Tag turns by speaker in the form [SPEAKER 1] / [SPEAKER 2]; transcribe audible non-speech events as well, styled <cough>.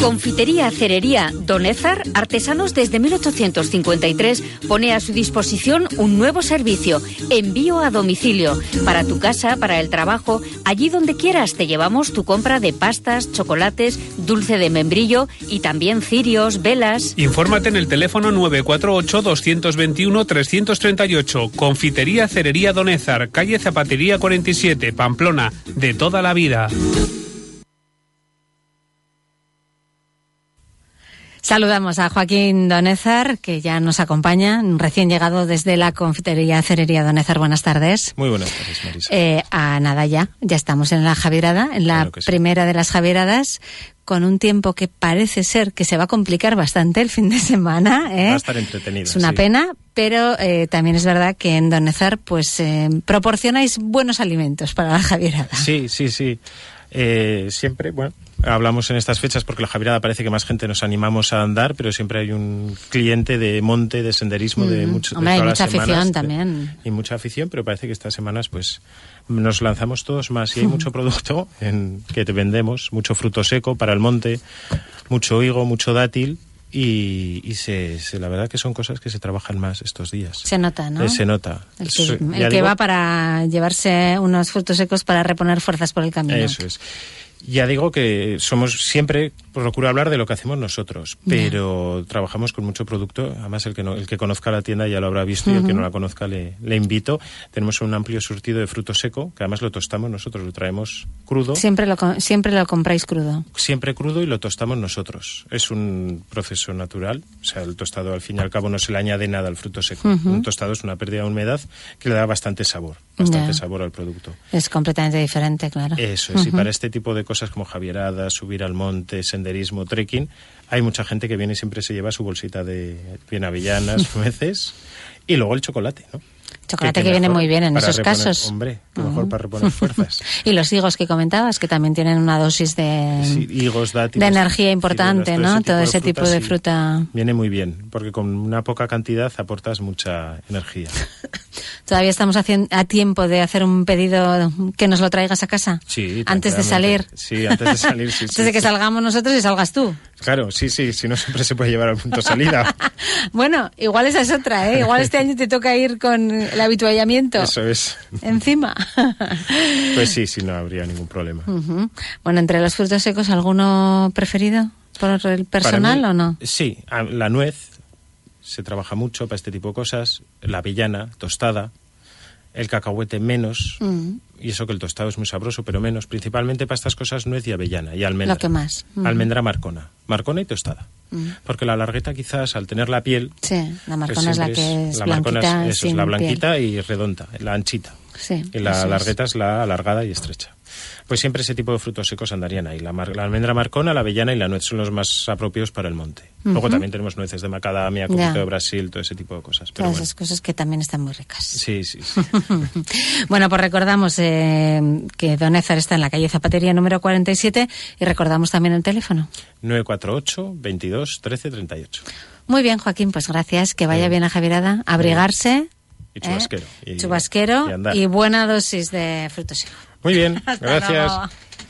[SPEAKER 1] Confitería Cerería Don Ezar, artesanos desde 1853, pone a su disposición un nuevo servicio, envío a domicilio. Para tu casa, para el trabajo, allí donde quieras te llevamos tu compra de pastas, chocolates, dulce de membrillo y también cirios, velas.
[SPEAKER 2] Infórmate en el teléfono 948-221-338. Confitería Cerería Don Ezar, calle Zapatería 47, Pamplona, de toda la vida.
[SPEAKER 3] Saludamos a Joaquín Donezar, que ya nos acompaña, recién llegado desde la confitería Cerería Donezar. Buenas tardes.
[SPEAKER 4] Muy buenas tardes, Marisa.
[SPEAKER 3] Eh, a nada ya, ya estamos en la Javierada, en la
[SPEAKER 4] Claro que sí.
[SPEAKER 3] primera de las Javieradas, con un tiempo que parece ser que se va a complicar bastante el fin de semana. ¿eh?
[SPEAKER 4] Va a estar entretenido.
[SPEAKER 3] Es una
[SPEAKER 4] sí.
[SPEAKER 3] pena, pero eh, también es verdad que en Donezar pues eh, proporcionáis buenos alimentos para la Javierada.
[SPEAKER 4] Sí, sí, sí. Eh, siempre, bueno, hablamos en estas fechas porque la Javirada parece que más gente nos animamos a andar, pero siempre hay un cliente de monte, de senderismo, de
[SPEAKER 3] Mm,
[SPEAKER 4] mucho de
[SPEAKER 3] hombre, hay
[SPEAKER 4] todas las
[SPEAKER 3] mucha afición
[SPEAKER 4] semanas, de-
[SPEAKER 3] también.
[SPEAKER 4] y mucha afición, pero parece que estas semanas pues nos lanzamos todos más y
[SPEAKER 3] <laughs>
[SPEAKER 4] hay mucho producto en, que te vendemos, mucho fruto seco para el monte, mucho higo, mucho dátil y, y se, se- la verdad que son cosas que se trabajan más estos días.
[SPEAKER 3] Se nota, ¿no?
[SPEAKER 4] Eh, se nota.
[SPEAKER 3] El que,
[SPEAKER 4] Eso,
[SPEAKER 3] el
[SPEAKER 4] ya
[SPEAKER 3] que
[SPEAKER 4] digo,
[SPEAKER 3] va para llevarse unos frutos secos para reponer fuerzas por el camino.
[SPEAKER 4] Eso es. Ya digo que somos siempre procuro hablar de lo que hacemos nosotros, pero trabajamos con mucho producto. Además, el que no- el que conozca la tienda ya lo habrá visto y el que no la conozca le, le invito. Tenemos un amplio surtido de fruto seco, que además lo tostamos nosotros, lo traemos crudo,
[SPEAKER 3] Siempre lo, co- siempre lo compráis crudo.
[SPEAKER 4] siempre crudo y lo tostamos nosotros. Es un proceso natural, o sea, el tostado al fin y al cabo no se le añade nada al fruto seco. Un tostado es una pérdida de humedad que le da bastante sabor, bastante
[SPEAKER 3] Ya.
[SPEAKER 4] sabor al producto.
[SPEAKER 3] Es completamente diferente, claro.
[SPEAKER 4] Eso es, y para este tipo de cosas como javieradas, subir al monte, senderismo, trekking, hay mucha gente que viene y siempre se lleva su bolsita de bien avellanas, nueces y luego el chocolate, ¿no?
[SPEAKER 3] Chocolate que viene
[SPEAKER 4] mejor
[SPEAKER 3] muy bien en
[SPEAKER 4] para
[SPEAKER 3] esos
[SPEAKER 4] reponer-
[SPEAKER 3] casos.
[SPEAKER 4] Hombre, que mejor para reponer fuerzas.
[SPEAKER 3] <laughs> Y los higos que comentabas, que también tienen una dosis de,
[SPEAKER 4] Sí, higos,
[SPEAKER 3] de
[SPEAKER 4] dátiles,
[SPEAKER 3] energía importante,
[SPEAKER 4] ciruelas,
[SPEAKER 3] ¿no? Todo ese tipo de
[SPEAKER 4] frutas, sí,
[SPEAKER 3] fruta.
[SPEAKER 4] Viene muy bien, porque con una poca cantidad aportas mucha
[SPEAKER 3] <laughs>
[SPEAKER 4] energía.
[SPEAKER 3] Todavía estamos hacien- a tiempo de hacer un pedido que nos lo traigas a casa.
[SPEAKER 4] Sí,
[SPEAKER 3] antes de salir.
[SPEAKER 4] tranquilamente. Sí, antes de
[SPEAKER 3] <laughs>
[SPEAKER 4] salir, sí,
[SPEAKER 3] antes
[SPEAKER 4] sí,
[SPEAKER 3] de que
[SPEAKER 4] sí.
[SPEAKER 3] salgamos nosotros y salgas tú. <laughs>
[SPEAKER 4] Claro, sí, sí, si no siempre se puede llevar al punto de salida.
[SPEAKER 3] Bueno, igual esa es otra, ¿eh? Igual este año te toca ir con el habituallamiento
[SPEAKER 4] Eso es. <laughs>
[SPEAKER 3] encima.
[SPEAKER 4] Pues sí, sí, no habría ningún problema.
[SPEAKER 3] Ujú. Bueno, entre los frutos secos, ¿alguno preferido por el personal
[SPEAKER 4] Para
[SPEAKER 3] o
[SPEAKER 4] mí,
[SPEAKER 3] no?
[SPEAKER 4] Sí, a- la nuez se trabaja mucho para este tipo de cosas, la avellana tostada, el cacahuete menos,
[SPEAKER 3] Mm.
[SPEAKER 4] y eso que el tostado es muy sabroso, pero menos, principalmente para estas cosas nuez y avellana y almendra.
[SPEAKER 3] Lo que más. Mm.
[SPEAKER 4] Almendra marcona, marcona y tostada. Porque la largueta quizás al tener la piel...
[SPEAKER 3] Sí, la
[SPEAKER 4] que
[SPEAKER 3] marcona es la
[SPEAKER 4] siempre
[SPEAKER 3] que es
[SPEAKER 4] la marcona es-
[SPEAKER 3] blanquita,
[SPEAKER 4] eso es,
[SPEAKER 3] sin piel.
[SPEAKER 4] la blanquita y redonda, la anchita.
[SPEAKER 3] Sí,
[SPEAKER 4] Y la
[SPEAKER 3] eso es.
[SPEAKER 4] largueta es la alargada y estrecha. Pues siempre ese tipo de frutos secos andarían ahí. La, mar- la almendra marcona, la avellana y la nuez son los más apropiados para el monte. Luego también tenemos nueces de macadamia, coquito
[SPEAKER 3] Ya.
[SPEAKER 4] de Brasil, todo ese tipo de cosas. Pero
[SPEAKER 3] Todas
[SPEAKER 4] bueno,
[SPEAKER 3] esas cosas que también están muy ricas.
[SPEAKER 4] sí, sí, sí.
[SPEAKER 3] <laughs> bueno, pues recordamos eh, que Don Ezar está en la calle Zapatería número 47 y recordamos también el teléfono.
[SPEAKER 4] 948 22 13 38.
[SPEAKER 3] Muy bien, Joaquín, pues gracias. Que vaya
[SPEAKER 4] Bien.
[SPEAKER 3] bien a Javierada, abrigarse.
[SPEAKER 4] Y chubasquero.
[SPEAKER 3] ¿eh?
[SPEAKER 4] Y-
[SPEAKER 3] chubasquero
[SPEAKER 4] y andar.
[SPEAKER 3] y buena dosis de frutos secos.
[SPEAKER 4] Muy bien,
[SPEAKER 3] <laughs> Hasta
[SPEAKER 4] gracias.
[SPEAKER 3] luego.